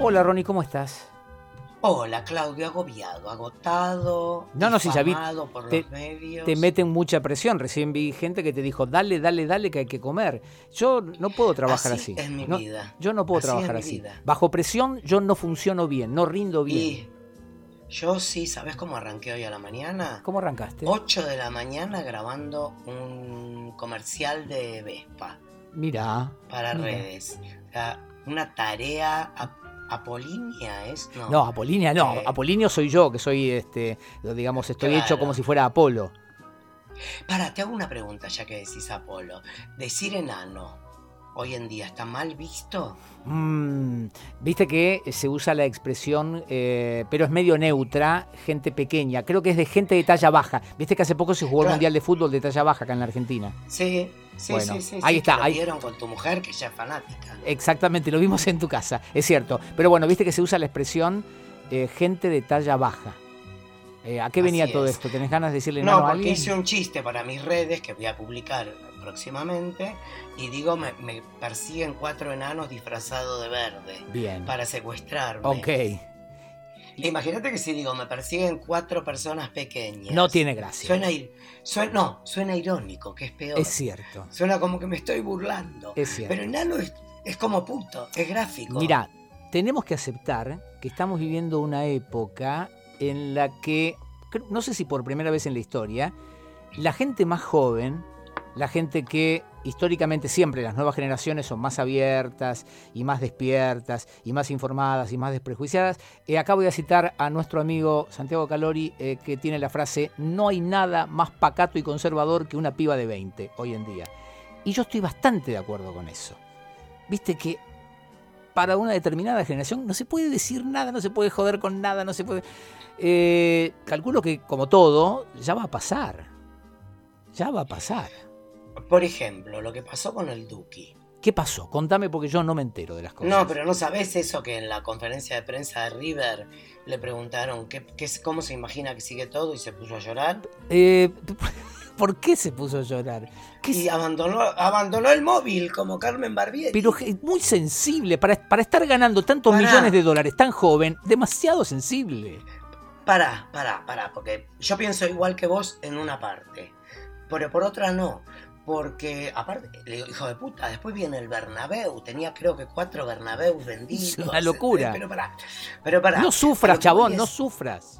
Hola Ronnie, ¿cómo estás? Hola, Claudio, agobiado, agotado, No, no, sí, ya vi. difamado por Te- los medios. Te meten mucha presión. Recién vi gente que te dijo, dale, dale, dale, que hay que comer. Yo no puedo trabajar así. Así es mi No, vida. Yo no puedo Así es trabajar mi así. vida. Bajo presión yo no funciono bien, no rindo bien. Y yo sí, ¿sabes cómo arranqué hoy a la mañana? ¿Cómo arrancaste? 8 de la mañana grabando un comercial de Vespa Mira. para mira. redes. O sea, una tarea ap- apolínea es, ¿no? No, Apolinia no. Eh. Apolinio soy yo, que soy, este, digamos, estoy hecho Claro. como si fuera Apolo. Para, te hago una pregunta ya que decís Apolo. Decir enano, hoy en día, ¿está mal visto? Mm, Viste que se usa la expresión, eh, pero es medio neutra, gente pequeña. Creo que es de gente de talla baja. Viste que hace poco se jugó el Claro. Mundial de Fútbol de talla baja acá en la Argentina. Sí, sí, Bueno, sí, sí. ahí sí, está, que lo ahí- Eh, vieron con tu mujer, que ya es fanática. Exactamente, lo vimos en tu casa, es cierto. Pero bueno, viste que se usa la expresión eh, gente de talla baja. Eh, ¿A qué Así venía todo es. esto? ¿Tenés ganas de decirle No, no, a porque alguien? hice un chiste para mis redes que voy a publicar próximamente y digo, me, me persiguen cuatro enanos disfrazados de verde Bien. para secuestrarme. Ok. Imagínate que si digo, me persiguen cuatro personas pequeñas. No tiene gracia. Suena, ir- sue- no, suena irónico, que es peor. Es cierto. Suena como que me estoy burlando. Es cierto. Pero enano es, es como puto, es gráfico. Mirá, tenemos que aceptar que estamos viviendo una época en la que, cre- no sé si por primera vez en la historia, la gente más joven, la gente que históricamente siempre las nuevas generaciones son más abiertas y más despiertas y más informadas y más desprejuiciadas, eh, acá voy a citar a nuestro amigo Santiago Calori eh, que tiene la frase, no hay nada más pacato y conservador que una piba de 20 hoy en día. Y yo estoy bastante de acuerdo con eso. Viste que para una determinada generación no se puede decir nada, no se puede joder con nada, no se puede... Eh, calculo que como todo, ya va a pasar. Ya va a pasar. Por ejemplo, lo que pasó con el Duki. ¿Qué pasó? Contame porque yo no me entero de las cosas. No, pero no sabés eso que en la conferencia de prensa de River le preguntaron qué, qué es- cómo se imagina que sigue todo y se puso a llorar Eh, ¿Por qué se puso a llorar? ¿Qué y eh, abandonó, abandonó el móvil como Carmen Barbieri. Pero es muy sensible, para, para estar ganando tantos Pará. millones de dólares tan joven, demasiado sensible. Pará, pará, pará, porque yo pienso igual que vos en una parte, pero por otra no. Porque, aparte, le digo, hijo de puta, después viene el Bernabéu, tenía creo que cuatro Bernabéus vendidos. Es una locura. Pero pará, pero pará. No A lo sufras, que chabón, voy no es- sufras.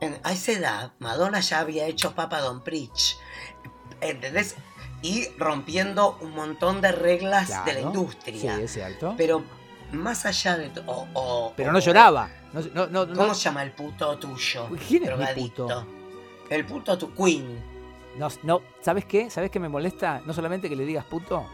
En- a esa edad, Madonna ya había hecho Papa Don Preach. ¿Entendés? Y rompiendo un montón de reglas de la Claro. industria. Sí, es cierto. Pero, Pero más allá de. to- o- o- no o- lloraba. No, no, no, no- ¿Cómo se llama el puto tuyo? ¿Quién es mi Drogadicto. puto? El puto tu queen. No, no, ¿sabes qué? ¿Sabes qué me molesta? No solamente que le digas puto,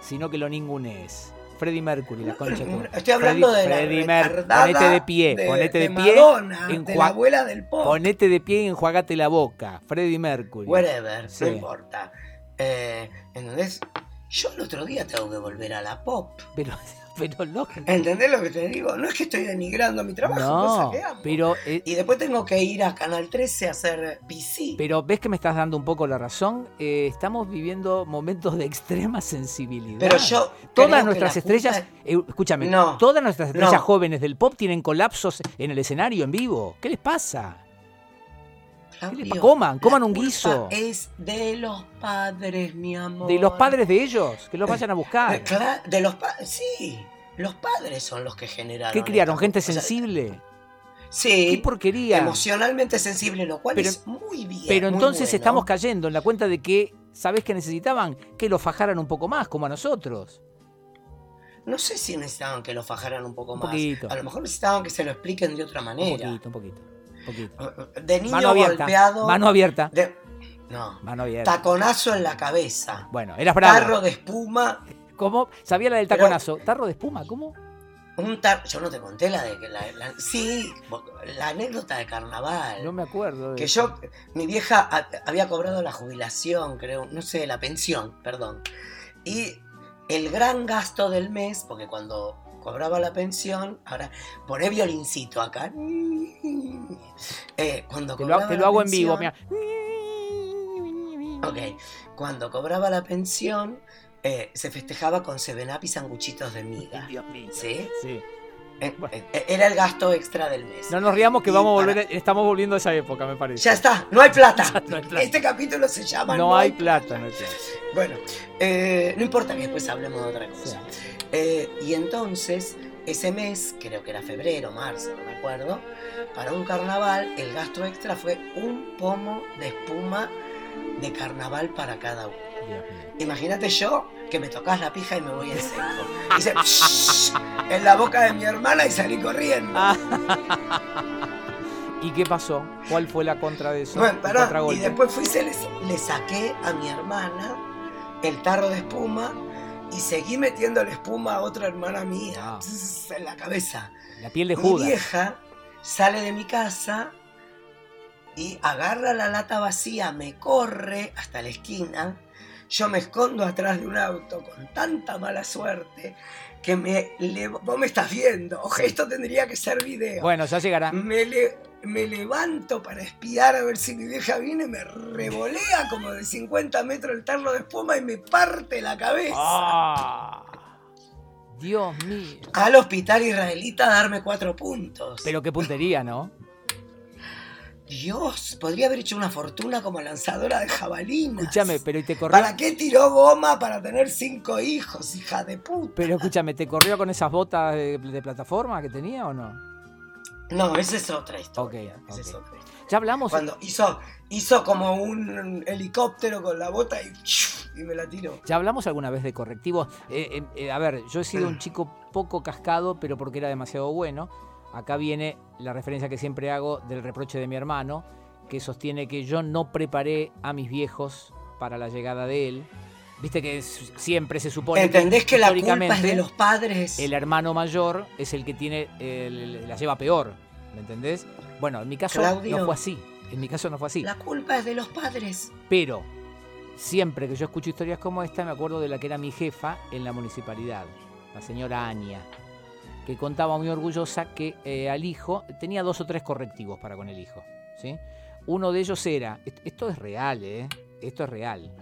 sino que lo ningunees. Freddie Mercury, la concha. de tu- Estoy hablando Freddie- de la Freddie Mer- retardada Ponete de pie, ponete de, pie. Madonna, en de Juan- la abuela del pop. Ponete de pie y enjuagate la boca. Freddie Mercury. Whatever, Sí. no importa. Eh, ¿Entendés? Yo el otro día tengo que volver a la pop. Pero, pero lógico. ¿Entendés lo que te digo? No es que estoy denigrando mi trabajo, cosa No, que amo. pero eh, Y después tengo que ir a Canal 13 a hacer PC. Pero ves que me estás dando un poco la razón. eh, estamos viviendo momentos de extrema sensibilidad. Pero yo. creo que Todas nuestras la estrellas, puta- eh, escúchame, No, todas nuestras estrellas no. jóvenes del pop tienen colapsos en el escenario en vivo. ¿Qué les pasa? Claudio, pa- coman, coman la un culpa guiso. Es de los padres, mi amor. De los padres de ellos, que los vayan a Eh, buscar. cla- De los padres. Sí. Los padres son los que generaron. ¿Qué criaron? esta- ¿Gente o sea, eh, sensible? ¿Qué sí. porquería? Emocionalmente sensible, lo cual Pero- es muy bien. Pero muy entonces bueno. estamos cayendo en la cuenta de que, ¿sabés que necesitaban? Que los fajaran un poco más, como a nosotros. No sé si necesitaban que lo fajaran un poco Un más. poquito. A lo mejor necesitaban que se lo expliquen de otra Un manera. poquito, un poquito. un poquito. De niño Mano abierta. golpeado. Mano abierta. de- No. Mano abierta. Taconazo en la cabeza. Bueno, eras bravo. Tarro de espuma. ¿Cómo? Sabía la del Pero- taconazo. ¿Tarro de espuma? ¿Cómo? Un tar... Yo no te conté la de que la, la- Sí, la anécdota de carnaval. No me acuerdo. de- Que yo, mi vieja ha- había cobrado la jubilación, creo, no sé, la pensión, perdón. Y el gran gasto del mes, porque cuando cobraba la pensión, ahora poné violincito acá. Eh, cuando Te lo, cobraba te lo la hago en vivo, pensión- mira. Ok, cuando cobraba la pensión, eh, se festejaba con Seven Up y sanguchitos de miga. Dios mío. ¿Sí? Sí. Eh, eh, Era el gasto extra del mes. No nos riamos que Y vamos a para- volver, a- estamos volviendo a esa época, me parece. Ya está, no hay plata. no hay plata. Este capítulo se llama no hay plata, no hay plata. Bueno, eh, no importa que después hablemos de otra Sí. cosa. Eh, y entonces, ese mes, creo que era febrero, marzo, no me acuerdo, para un carnaval el gasto extra fue un pomo de espuma de carnaval para cada uno. Dios mío. Imagínate yo que me tocas la pija y me voy en seco. Y se, "Shh", en la boca de mi hermana y salí corriendo. Ah, ¿Y qué pasó? ¿Cuál fue la contra de eso? Bueno, El pará, y contragolpe. después fui, y se le, le saqué a mi hermana el tarro de espuma y seguí metiendo la espuma a otra hermana mía Ah. tss, en la cabeza. La piel de Mi Judas. vieja sale de mi casa y agarra la lata vacía, me corre hasta la esquina. Yo me escondo atrás de un auto con tanta mala suerte que me le- vos me estás viendo. Oje, esto tendría que ser video. Bueno, ya llegará. Me, le- me levanto para espiar a ver si mi vieja viene, me revolea como de 50 metros el tarro de espuma y me parte la cabeza. Ah. Dios mío. Al hospital israelita a darme cuatro puntos. Pero qué puntería, ¿no? Dios, podría haber hecho una fortuna como lanzadora de jabalinas. Escúchame, pero ¿y te corrió? ¿Para qué tiró goma para tener cinco hijos, hija de puta? Pero escúchame, ¿te corrió con esas botas de, de plataforma que tenía o no? No, esa es otra historia. Ok, esa es ok. otra historia. Ya hablamos. Cuando hizo, hizo como un helicóptero con la bota y, y me la tiró. Ya hablamos alguna vez de correctivos. Eh, eh, eh, a ver, yo he sido un chico poco cascado, pero porque era demasiado bueno. Acá viene la referencia que siempre hago del reproche de mi hermano, que sostiene que yo no preparé a mis viejos para la llegada de él. Viste que es- siempre se supone ¿Entendés que la culpa es históricamente, de los padres? el hermano mayor es el que tiene el- la lleva peor, ¿me entendés? Bueno, en mi caso no Claudio. fue así. En mi caso no fue así. La culpa es de los padres. Pero siempre que yo escucho historias como esta, me acuerdo de la que era mi jefa en la municipalidad, la señora Ania, que contaba muy orgullosa que eh, al hijo tenía dos o tres correctivos para con el hijo. ¿sí? Uno de ellos era, est- esto es real, ¿eh? Esto es real.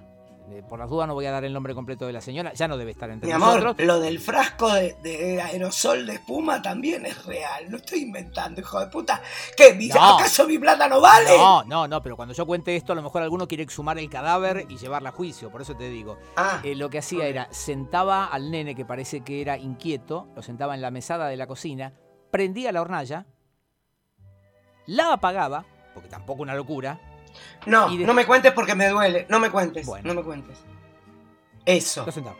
Eh, Por las dudas no voy a dar el nombre completo de la señora, ya no debe estar entre Mi amor, nosotros. lo del frasco de, de aerosol de espuma también es real. No estoy inventando, hijo de puta. ¿Qué? mi- No. ¿Acaso mi plata no vale? No, no, no, pero cuando yo cuente esto, a lo mejor alguno quiere exhumar el cadáver y llevarla a juicio, por eso te digo. Ah, Eh, lo que hacía era, sentaba al nene que parece que era inquieto, lo sentaba en la mesada de la cocina, prendía la hornalla, la apagaba, porque tampoco una locura, no, y de- no me cuentes porque me duele. No me cuentes, Bueno. no me cuentes. Eso. lo sentaba.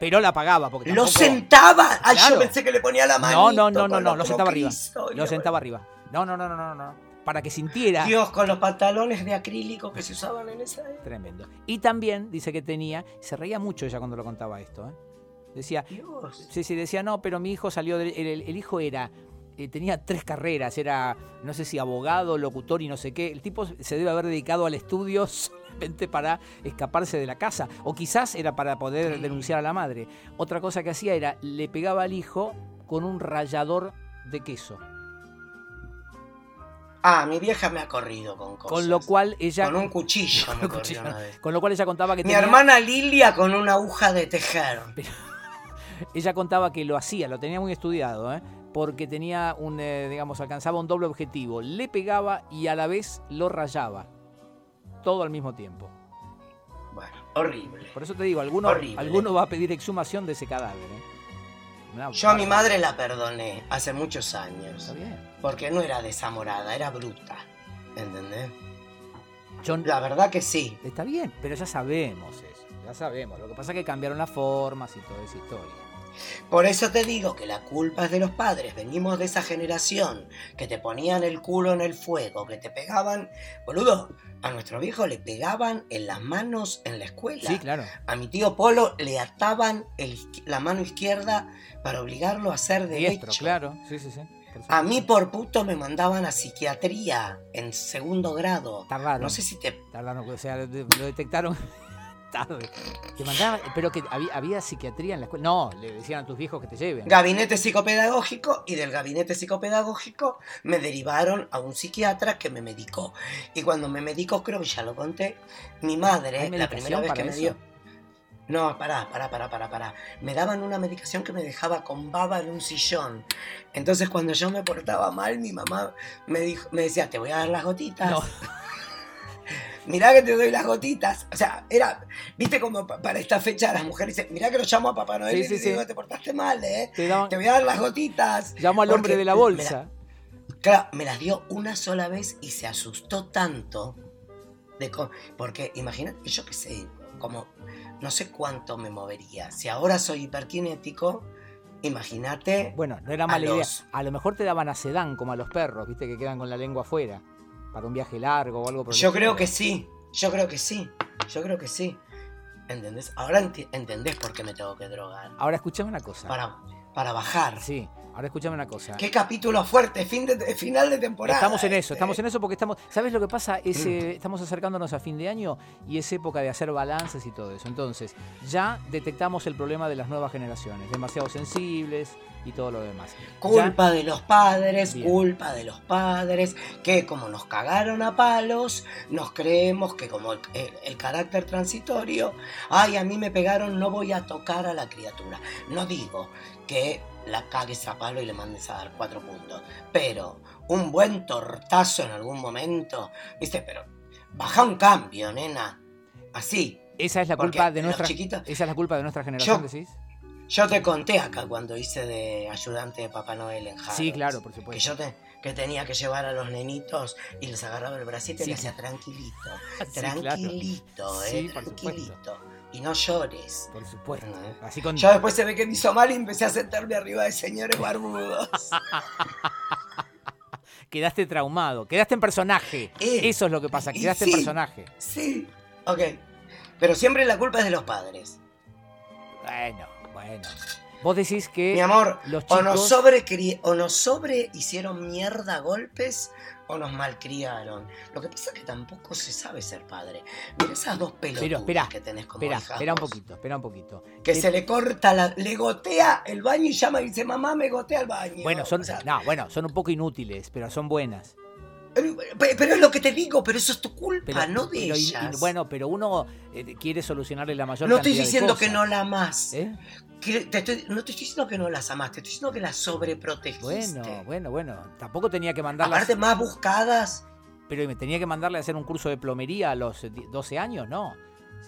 Pero la apagaba, porque Ah. Lo tampoco... sentaba. Ay, Claro. yo pensé que le ponía la No, mano. no, no, no, no, lo sentaba arriba. Lo sentaba arriba. No, no, no, no, no, no. Para que sintiera... Dios, con los pantalones de acrílico que se usaban en esa época. Tremendo. Y también dice que tenía, se reía mucho ella cuando lo contaba esto, ¿eh? Decía, Dios. Sí, sí, decía, no, pero mi hijo salió del. El, el- el hijo era. eh, tenía tres carreras, era, no sé si abogado, locutor y no sé qué. El tipo se debe haber dedicado al estudio solamente para escaparse de la casa. O quizás era para poder denunciar a la madre. Otra cosa que hacía era, le pegaba al hijo con un rallador de queso. Ah, mi vieja me ha corrido con cosas. Con lo cual ella. Con un cuchillo. me con un corrió cuchillo, una vez. con lo cual ella contaba que Mi tenía- hermana Lilia con una aguja de tejer. Ella contaba que lo hacía, lo tenía muy estudiado, ¿eh? porque tenía un, eh, digamos, alcanzaba un doble objetivo. Le pegaba y a la vez lo rayaba. Todo al mismo tiempo. Bueno, horrible. Por eso te digo, alguno, Horrible. ¿eh? alguno va a pedir exhumación de ese cadáver. ¿eh? Una Yo a mi barbaridad. madre la perdoné hace muchos años. Está bien. Porque no era desamorada, era bruta. ¿Entendés? Yo- La verdad que sí. Está bien, pero ya sabemos eso. Ya sabemos. Lo que pasa es que cambiaron las formas y toda esa historia. Por eso te digo que la culpa es de los padres. Venimos de esa generación que te ponían el culo en el fuego, que te pegaban. Boludo, a nuestro viejo le pegaban en las manos en la escuela. Sí, claro. A mi tío Polo le ataban el izqui- la mano izquierda para obligarlo a hacer derecho. Diestro, claro. Sí, sí, sí. Por A mí supuesto. por puto me mandaban a psiquiatría en segundo grado. Tardaron. No sé si te... Tardaron, o sea, lo de- lo detectaron tarde. Te mandaban, pero que había, había psiquiatría en la escuela. No, le decían a tus viejos que te lleven. Gabinete psicopedagógico y del gabinete psicopedagógico me derivaron a un psiquiatra que me medicó. Y cuando me medicó, creo que ya lo conté, mi ¿Hay madre, la medicación primera vez para que me eso? dio... No, pará, pará, pará, pará, pará. Me daban una medicación que me dejaba con baba en un sillón. Entonces cuando yo me portaba mal, mi mamá me, dijo, me decía, te voy a dar las gotitas. No. Mirá que te doy las gotitas. O sea, era, viste como pa- para esta fecha las mujeres dicen, mirá que lo llamo a Papá Noel Sí, y sí, le sí. digo, te portaste mal, ¿eh? Te daban- Te voy a dar las gotitas. Llamo al Porque hombre de la me bolsa. Claro, me las dio una sola vez y se asustó tanto. De co- porque imagínate, yo qué sé, como no sé cuánto me movería. Si ahora soy hiperkinético, imagínate. Bueno, no era A mala idea. los- A lo mejor te daban a sedán, como a los perros, viste, que quedan con la lengua afuera. Para un viaje largo o algo por el Yo creo estilo. que sí, yo creo que sí, yo creo que sí. ¿Entendés? Ahora enti- entendés por qué me tengo que drogar. Ahora escuchame una cosa. Para, para bajar. Ah. Sí, ahora escuchame una cosa. Qué capítulo fuerte, fin de, final de temporada. Estamos en eso, este. estamos en eso porque estamos. ¿Sabes lo que pasa? Mm. Es, eh, estamos acercándonos a fin de año y es época de hacer balances y todo eso. Entonces, ya detectamos el problema de las nuevas generaciones, demasiado sensibles y todo lo demás. Ya- Culpa de los padres, Bien. culpa de los padres, que como nos cagaron a palos, nos creemos que como el, el- el carácter transitorio, ay, a mí me pegaron, no voy a tocar a la criatura. No digo que la cagues a palo y le mandes a dar cuatro puntos, pero un buen tortazo en algún momento, viste, pero baja un cambio, nena. Así, esa es la porque culpa de los nuestra. chiquitos- Esa es la culpa de nuestra generación, Yo- decís. yo te conté acá cuando hice de ayudante de Papá Noel en Harrods. Pues Sí, claro, por Que supuesto. yo te- que tenía que llevar a los nenitos y les agarraba el bracito Sí. y les hacía tranquilito, Sí, claro. tranquilito, Sí, eh, por tranquilito. Y no llores. Por supuesto. Eh. Así con. Yo después se ve que me hizo mal y empecé a sentarme arriba de señores barbudos. Quedaste traumado, quedaste en personaje. Eh, Eso es lo que pasa, y quedaste en sí. personaje. Sí, ok. Pero siempre la culpa es de los padres. Bueno, bueno. Vos decís Mi que amor, los o nos, chicos. sobre, o nos sobre hicieron mierda a golpes o nos malcriaron. Lo que pasa es que tampoco se sabe ser padre. Mira esas dos pelotudas esperá, que tenés como Espera, hijas espera un vos. poquito, espera un poquito. Que se le corta la. le gotea el baño y llama y dice, mamá, me gotea el baño. Bueno, son, O sea, no, bueno, son un poco inútiles, pero son buenas. eh, pe- Pero es lo que te digo, pero eso es tu culpa, Pero, Ah, no de pero in- in- ellas. bueno, pero uno eh, quiere solucionarle la mayor no estoy cantidad de diciendo que no cosas, la amás. ¿eh? Que te estoy- no te estoy diciendo que no las amás, te estoy diciendo que las sobreprotegiste. Bueno, bueno, bueno. Tampoco tenía que mandarlas. Aparte, más buscadas. Pero me tenía que mandarle a hacer un curso de plomería a los di- 12 años, no.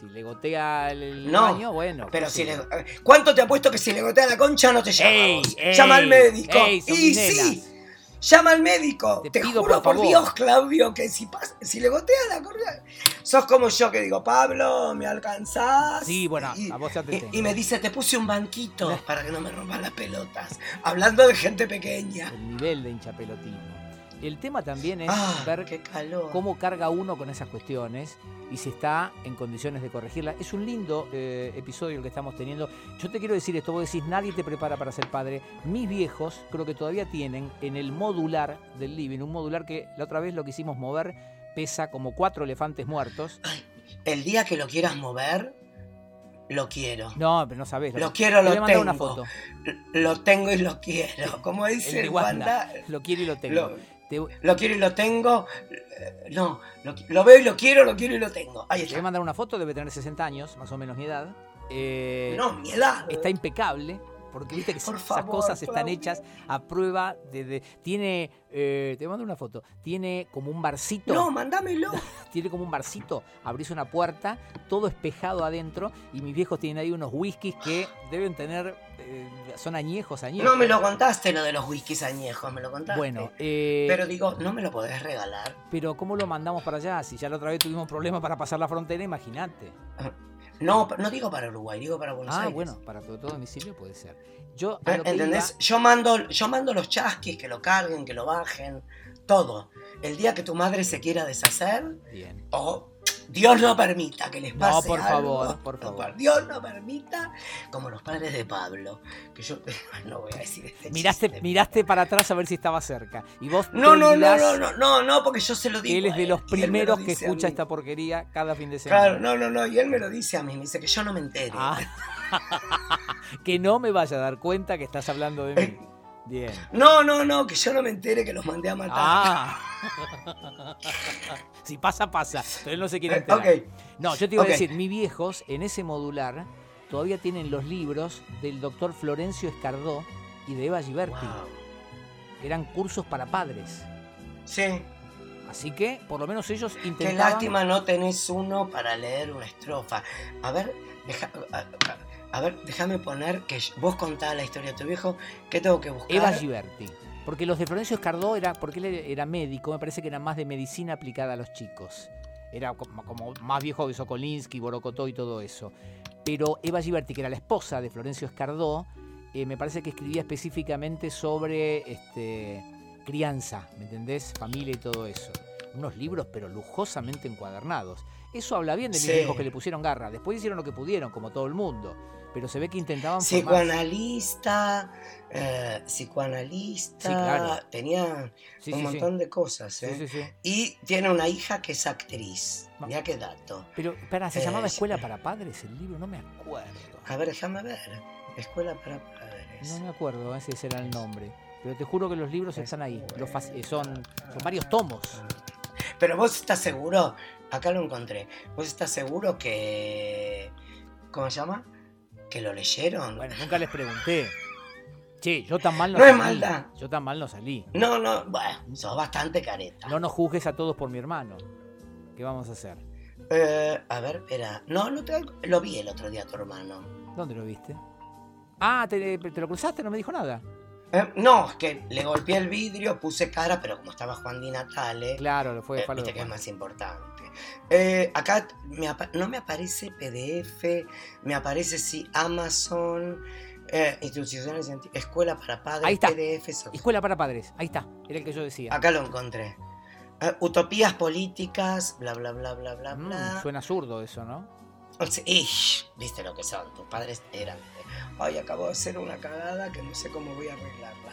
Si le gotea el- el No, baño, bueno. Pero qué si sé le, eh, yo. ¿Cuánto te apuesto que si le gotea la concha no te llama? ¡Ey! vos? ey, llama al médico. ¡Ey! Son y mis nenas. sí, llama al médico. Te Te, pido, juro por por, favor. Dios, Claudio, que si, pas- si le gotea la concha. Sos como yo que digo, Pablo, ¿me alcanzás? Sí, bueno, Y, a vos ya te y- tengo. y me dice, te puse un banquito para que no me rompan las pelotas. Hablando de gente pequeña. El nivel de hinchapelotismo. El tema también es Ah, ver qué calor. cómo carga uno con esas cuestiones y si está en condiciones de corregirlas. Es un lindo eh, episodio el que estamos teniendo. Yo te quiero decir esto, vos decís, nadie te prepara para ser padre. Mis viejos creo que todavía tienen en el modular del living, un modular que la otra vez lo quisimos mover, pesa como cuatro elefantes muertos. El día que lo quieras mover, lo quiero. No, pero no sabés. que- Lo quiero, Te voy a lo mandar tengo. una foto. Lo tengo y lo quiero. Como dice El de el Wanda. Wanda, Lo quiero y lo tengo. Lo, Te, voy- lo quiero y lo tengo. eh, No, lo, qui- lo veo y lo quiero, lo quiero y lo tengo. Ahí te voy a está. mandar una foto, debe tener 60 años, más o menos mi edad. Eh, No, mi edad. está impecable. Porque viste que Por esas favor, cosas están Claudio. hechas a prueba de... de- tiene, eh, te mando una foto, tiene como un barcito, No, mandámelo. tiene como un barcito, abrís una puerta, todo espejado adentro y mis viejos tienen ahí unos whiskies que deben tener, eh, son añejos, añejos. No me lo contaste lo de los whiskies añejos, me lo contaste. Bueno, eh, Pero digo, no me lo podés regalar. pero ¿cómo lo mandamos para allá? Si ya la otra vez tuvimos problemas para pasar la frontera, imagínate. No, pa- no digo para Uruguay, digo para Buenos Ah, Aires. bueno, para todo, todo domicilio puede ser. Yo a ¿Eh? lo que ¿Entendés? Yo mando, yo mando los chasquis, que lo carguen, que lo bajen, todo. El día que tu madre se quiera deshacer, iba- Bien. o Dios no permita que les No, pase por algo. favor, por favor. Dios no permita, como los padres de Pablo, que yo no voy a decir este Miraste, chiste. miraste para atrás a ver si estaba cerca. Y vos No, te no, no, olvidás no, no, no, no, porque yo se lo digo. que él es a de los y él me lo primeros que dice a escucha mí. esta porquería cada fin de semana. Claro, no, no, no, y él me lo dice a mí, me dice que yo no me entere. Ah. que no me vaya a dar cuenta que estás hablando de Eh, mí. Bien. No, no, no, que yo no me entere que los mandé a matar. Ah. si pasa, pasa. Pero él no se quiere Eh, enterar. ok, No, yo te iba Ok. a decir, mis viejos en ese modular todavía tienen los libros del doctor Florencio Escardó y de Eva Giberti. Wow. que Eran cursos para padres. Sí, Así que, por lo menos ellos Qué intentaban... lástima no tenés uno para leer una estrofa. A ver, deja- a, a ver, déjame poner que yo- vos contás la historia de tu viejo. ¿Qué tengo que buscar? Eva Giberti. Porque los de Florencio Escardó era, porque él era médico, me parece que era más de medicina aplicada a los chicos. Era como, como más viejo que Sokolinsky, Borocotó y todo eso. Pero Eva Giberti, que era la esposa de Florencio Escardó, eh, me parece que escribía específicamente sobre este, crianza, ¿me entendés? Familia y todo eso. Unos libros, pero lujosamente encuadernados. Eso habla bien de mis Sí. viejos que le pusieron garra. Después hicieron lo que pudieron, como todo el mundo. Pero se ve que intentaban formar- Psicoanalista, eh, psicoanalista, Sí, claro. tenía Sí, sí, un sí. montón de cosas. Sí, ¿eh? sí, sí. Y tiene una hija que es actriz. Va. Mira qué dato. Pero, para, ¿se Eh, llamaba sí. Escuela para Padres el libro? No me acuerdo. A ver, déjame ver. Escuela para padres. Ah, No me acuerdo eh, si ese era el nombre. Pero te juro que los libros están ahí. Los fac- eh, son, son varios tomos. Pero vos estás seguro, acá lo encontré, vos estás seguro que... ¿Cómo se llama? Que lo leyeron. Bueno, nunca les pregunté. Che, yo tan mal no, No es salí. maldad. Yo tan mal no salí. No, no, bueno, sos bastante careta. No nos juzgues a todos por mi hermano. ¿Qué vamos a hacer? Eh, a ver, espera. No, no te... Lo vi el otro día a tu hermano. ¿Dónde lo viste? Ah, te, te lo cruzaste, no me dijo nada. Eh, no, es que le golpeé el vidrio, puse cara, pero como estaba Juan Di Natale, Claro, lo fue, eh, fue a lo viste de que es Juan. más importante. Eh, acá me apa- no me aparece PDF, me aparece sí Amazon, eh, instituciones científicas, escuela para padres, Ahí está. PDF, so- Escuela para Padres, ahí está. Era el que yo decía. Acá lo encontré. Eh, utopías políticas, bla, bla, bla, bla, bla, Mm, bla. suena zurdo eso, ¿no? O sea, ish, viste lo que son, tus padres eran. eh, Ay, acabo de hacer una cagada que no sé cómo voy a arreglarla.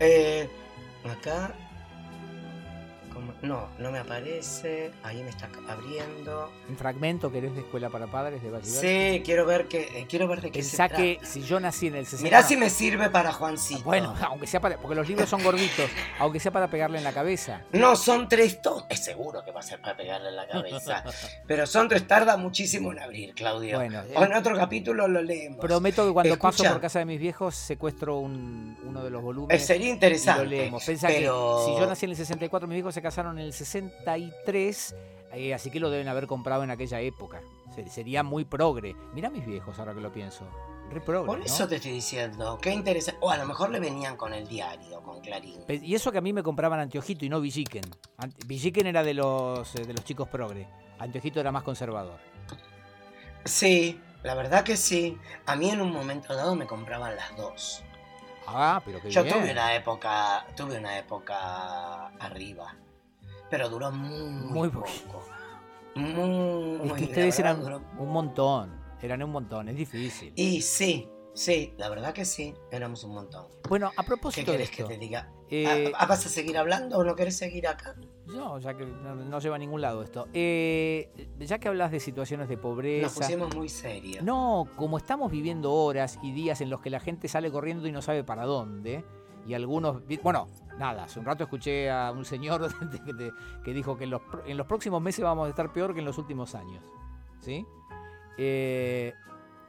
Eh, acá. ¿cómo? No, no me aparece. Ahí me está abriendo. Un fragmento que eres de Escuela para Padres de Valladolid. Sí, quiero ver, que, eh, quiero ver de qué Pensá se que trata. si yo nací en el 60. Mirá no. si me sirve para Juancito. Bueno, aunque sea para. Porque los libros son gorditos, aunque sea para pegarle en la cabeza. No, son tres tomos. Es seguro que va a ser para pegarle en la cabeza. Pero son tres, tarda muchísimo en abrir, Claudio. Bueno, eh, O en otro capítulo lo leemos. prometo que cuando paso Escucha. por casa de mis viejos secuestro un- uno de los Eh, volúmenes. Sería Y lo interesante. leemos. Pensá pero... que si yo nací en el 64, mis viejos se casaron en el 63, eh, así que lo deben haber comprado en aquella época. Se- Sería muy progre. Mirá mis viejos ahora que lo pienso. Re progre. Por ¿no? eso te estoy diciendo, qué interesante. O a lo mejor le venían con el diario, con Clarín. Pe- Y eso que a mí me compraban anteojito y no Villiquen. Ant- Villiquen era de los, eh, de los chicos progre. Anteojito era más conservador. Sí, la verdad que sí. A mí en un momento dado me compraban las dos. Ah, pero qué Yo bien. tuve una época, tuve una época arriba, pero duró muy, Muy poco. Muy, Es que la ustedes verdad, eran duró- un montón, eran un montón, es difícil. Y sí, sí, la verdad que sí, éramos un montón. Bueno, a ¿Qué propósito de querés que esto, te diga? eh, Ah, ¿Vas a seguir hablando o no querés seguir acá? no, ya que no, no lleva a ningún lado esto, eh, ya que hablas de situaciones de Nos pobreza, pusimos muy serios. no, como estamos viviendo horas y días en los que la gente sale corriendo y no sabe para dónde, y algunos, vi- bueno, nada, hace un rato escuché a un señor de- de- que dijo que en los, pro- en los próximos meses vamos a estar peor que en los últimos años, ¿sí? Eh,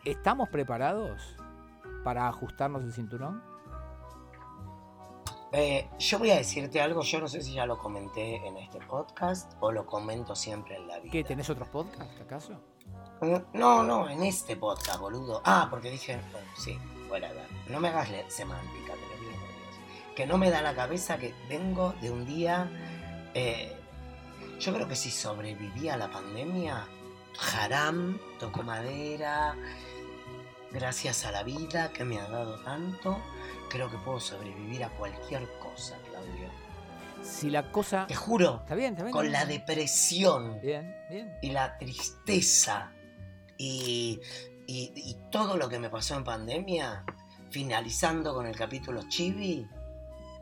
¿Estamos preparados para ajustarnos el cinturón? Eh, yo voy a decirte algo, yo no sé si ya lo comenté en este podcast o lo comento siempre en la vida. ¿Qué? ¿Tenés otros podcasts acaso? No, no, en este podcast, boludo. Ah, porque dije, bueno, sí, whatever. No me hagas leer semántica, te lo pido por Dios. Que no me da la cabeza que vengo de un día. eh, yo creo que si sobrevivía a la pandemia, haram, toco madera. Gracias a la vida que me ha dado tanto, creo que puedo sobrevivir a cualquier cosa, Claudio. Si la cosa... Te juro, Está bien, está bien. con está la bien. depresión Bien, bien. y la tristeza y, y- y todo lo que me pasó en pandemia, finalizando con el capítulo Chibi,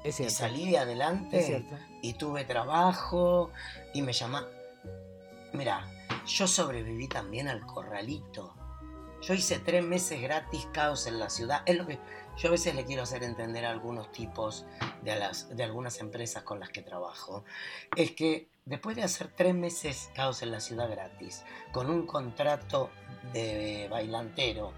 Es y cierto. salí adelante Es cierto. y tuve trabajo y me llamaba. Mira, yo sobreviví también al corralito. Yo hice tres meses gratis caos en la ciudad. Es lo que yo a veces le quiero hacer entender a algunos tipos de, las, de algunas empresas con las que trabajo. Es que después de hacer tres meses caos en la ciudad gratis, con un contrato de bailantero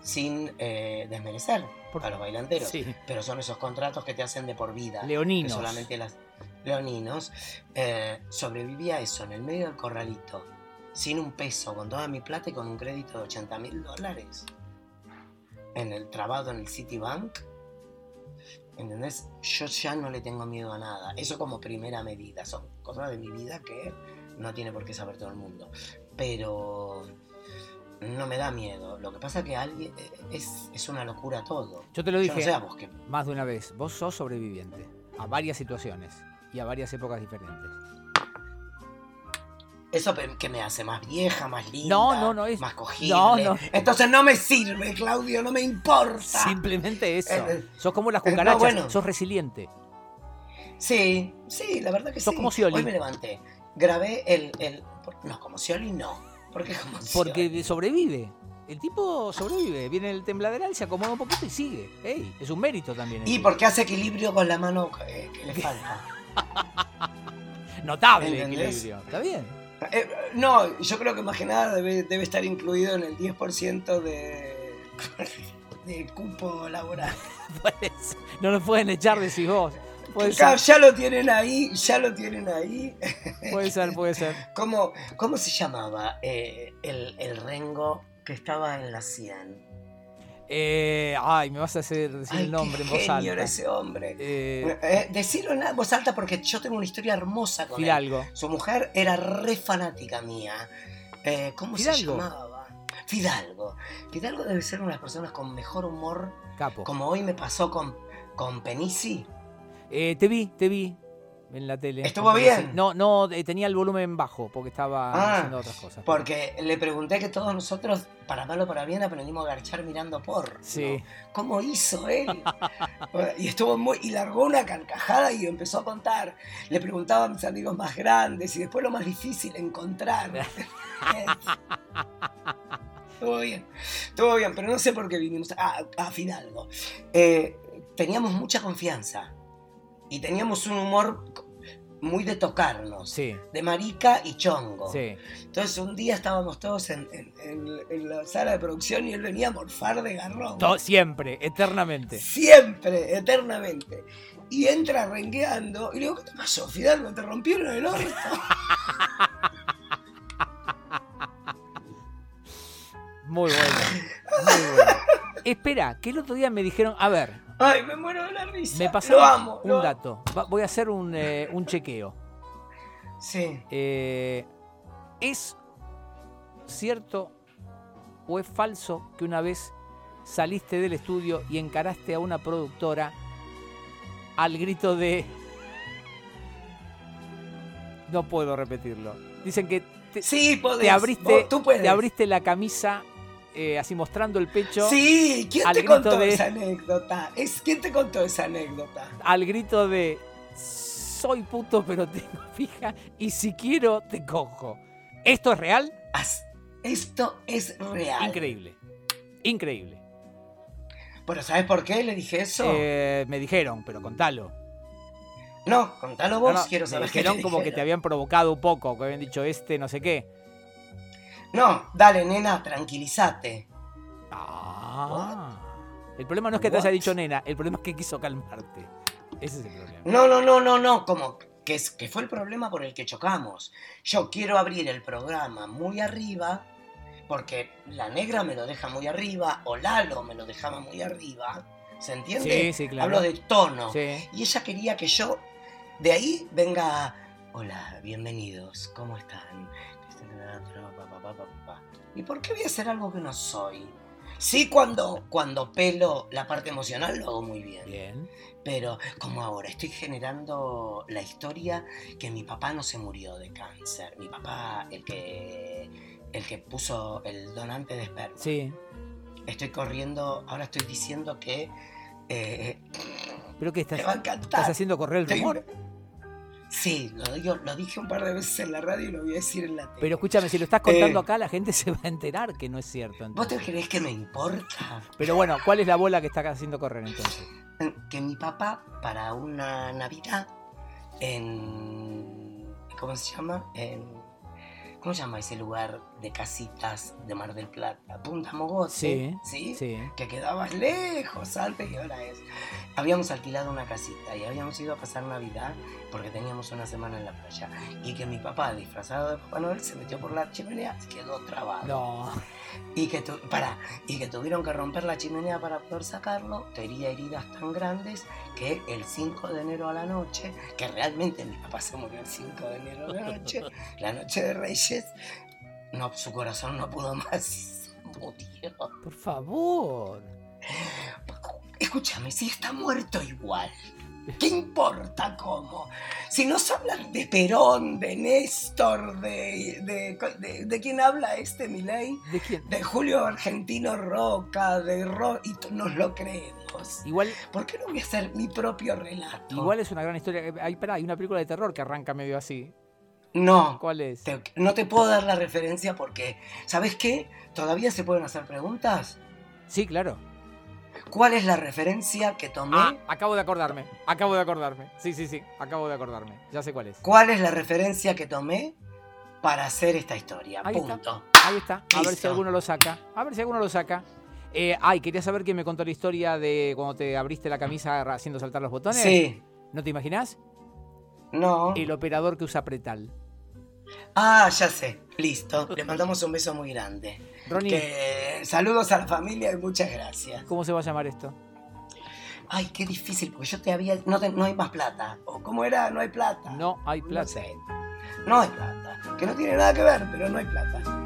sin eh, desmerecer Por- a los bailanteros. Sí. Pero son esos contratos que te hacen de por vida. que Leoninos. solamente las leoninos, eh, sobreviví a eso en el medio del corralito, sin un peso, con toda mi plata y con un crédito de 80 mil dólares. En el trabajo en el Citibank. ¿Entendés? Yo ya no le tengo miedo a nada. Eso como primera medida. Son cosas de mi vida que no tiene por qué saber todo el mundo. Pero no me da miedo. Lo que pasa que alguien eh, es, es una locura todo. Yo te lo Yo no dije sé a vos qué- más de una vez, vos sos sobreviviente a varias situaciones y a varias épocas diferentes. Eso pe- que me hace más vieja, más linda, No, no, no, es- más cogible. no, no. Entonces no me sirve, Claudio, no me importa. Simplemente eso. Ah. Eh, eh, Sos como las eh, no, cucarachas, bueno. sos resiliente. Sí, sí, la verdad que Sos sí. como Scioli. Hoy me levanté, grabé el, el- por- no, como Scioli no, porque como Scioli? Porque sobrevive. El tipo sobrevive. Viene el tembladeral, se acomoda un poquito y sigue. Ey, es un mérito también. y ese. porque hace equilibrio con la mano eh, que le falta. Notable ¿Entendés? equilibrio. Está bien. Eh, no, yo creo que más que nada debe, debe estar incluido en el 10% de, de cupo laboral. Pues, no lo pueden echar, decís vos. Puede Ya- ser, ya lo tienen ahí, ya lo tienen ahí. puede ser, puede ser. ¿Cómo, cómo se llamaba eh, el, el rengo que estaba en la 100? Eh, ay, me vas a hacer decir Ay, el nombre qué en voz genio alta. era ese hombre. Eh, Eh, decirlo en voz alta porque yo tengo una historia hermosa con él. Fidalgo. Su mujer era re fanática mía. Eh, ¿Cómo se Fidalgo. llamaba? Fidalgo. Fidalgo debe ser una de las personas con mejor humor, Capo. como hoy me pasó con, con Penisi. Eh, te vi, te vi en la tele. ¿Estuvo bien? No, no, eh, tenía el volumen bajo porque estaba Ah, haciendo otras cosas. Porque le pregunté que todos nosotros, para malo o para bien, aprendimos a garchar mirando por. Sí. ¿Cómo hizo él? y estuvo muy. Y largó una carcajada y empezó a contar. Le preguntaba a mis amigos más grandes y después lo más difícil encontrar. estuvo bien. Estuvo bien, pero no sé por qué vinimos a, a Fidalgo. Eh, teníamos mucha confianza. Y teníamos un humor muy de tocarnos. Sí, De marica y chongo. sí. Entonces un día estábamos todos en, en- en- en la sala de producción y él venía a morfar de garrón. To- siempre, eternamente. Siempre, eternamente. Y entra rengueando. Y le digo, ¿qué te pasó, Fidalgo? ¿Te rompieron el orto? Muy bueno. Muy bueno. Espera, que el otro día me dijeron, a ver, Ay, me muero de la risa. me Lo pasaron amo. un lo amo. dato. Va- voy a hacer un, eh, un chequeo. Sí. Eh, ¿Es cierto o es falso que una vez saliste del estudio y encaraste a una productora al grito de... No puedo repetirlo. Dicen que te, Sí, podés. te abriste, Vos- tú puedes. te abriste la camisa eh, así mostrando el pecho Sí, ¿quién al te grito contó de- esa anécdota? Es, ¿Quién te contó esa anécdota? al grito de... Soy puto pero tengo fija y si quiero te cojo. ¿Esto es real? As- Esto es real. Increíble. Increíble. Pero ¿sabes por qué le dije eso? Eh, me dijeron, pero contalo. No, contalo vos, No, no, quiero me saber qué te dijeron como que te habían provocado un poco, que habían dicho este no sé qué. No, dale, nena, tranquilízate. Ah. El problema no es que te What? haya dicho nena, el problema es que quiso calmarte. Ese es el problema. No, no, no, no, no, como que, es, que fue el problema por el que chocamos. Yo quiero abrir el programa muy arriba, porque la negra me lo deja muy arriba, o Lalo me lo dejaba muy arriba. ¿Se Sí, entiende? sí, claro. Hablo de tono. Sí. Y ella quería que yo de ahí venga. Hola, bienvenidos, ¿cómo están? ¿Y por qué voy a hacer algo que no soy? Sí, cuando, cuando pelo la parte emocional lo hago muy bien. Bien. Pero como ahora estoy generando la historia que mi papá no se murió de cáncer. Mi papá, el que, el que puso el donante de esperma. Sí. Estoy corriendo, ahora estoy diciendo que eh, Pero que te va a estás, estás encantar. haciendo correr el Estoy- rumor. Sí, lo, digo- lo dije un par de veces en la radio y lo voy a decir en la tele. Pero escúchame, si lo estás contando Eh. acá, la gente se va a enterar que no es cierto. ¿Vos te entonces. crees que me importa? Pero bueno, ¿cuál es la bola que está haciendo correr entonces? Que mi papá, para una Navidad, en. ¿Cómo se llama? En, ¿Cómo se llama ese lugar de casitas de Mar del Plata, Punta Mogote, Sí, ¿sí? sí. que quedabas lejos antes y ahora es. Habíamos alquilado una casita y habíamos ido a pasar Navidad porque teníamos una semana en la playa y que mi papá, disfrazado de Papá Noel, se metió por la chimenea y quedó trabado. No, Y, que tu- pará, y que tuvieron que romper la chimenea para poder sacarlo, tenía heridas tan grandes que el 5 de enero a la noche, que realmente mi papá se murió el 5 de enero a la noche, la noche de Reyes, no, su corazón no pudo más y se murió. por favor. Escúchame, si está muerto igual. ¿Qué importa cómo? Si nos hablan de Perón, de Néstor, de, de, de- de quién habla este Milei, ¿De quién? de Julio Argentino Roca, de Ro... y t- nos lo creemos. Igual, ¿Por qué no voy a hacer mi propio relato? igual es una gran historia. Eh, Hay, pará, hay una película de terror que arranca medio así. No, ¿Cuál es? te- no te puedo dar la referencia porque, ¿sabes qué? Todavía se pueden hacer preguntas. Sí, claro. ¿Cuál es la referencia que tomé? Ah, acabo de acordarme. Acabo de acordarme. Sí, sí, sí. Acabo de acordarme. Ya sé cuál es. ¿Cuál es la referencia que tomé para hacer esta historia? Ahí está. Punto. Ahí está. A ver si Listo. alguno lo saca. A ver si alguno lo saca. Eh, ay, quería saber quién me contó la historia de cuando te abriste la camisa haciendo saltar los botones. Sí. ¿No te imaginas? No. El operador que usa pretal. Ah, ya sé. Listo. Le mandamos un beso muy grande. Ronnie, Que- Saludos a la familia y muchas gracias. ¿cómo se va a llamar esto? Ay, qué difícil, porque yo te había. No, te- no hay más plata. ¿O cómo era? No hay plata. No hay Ah, No plata. sé. No hay plata. Que no tiene nada que ver, pero no hay plata.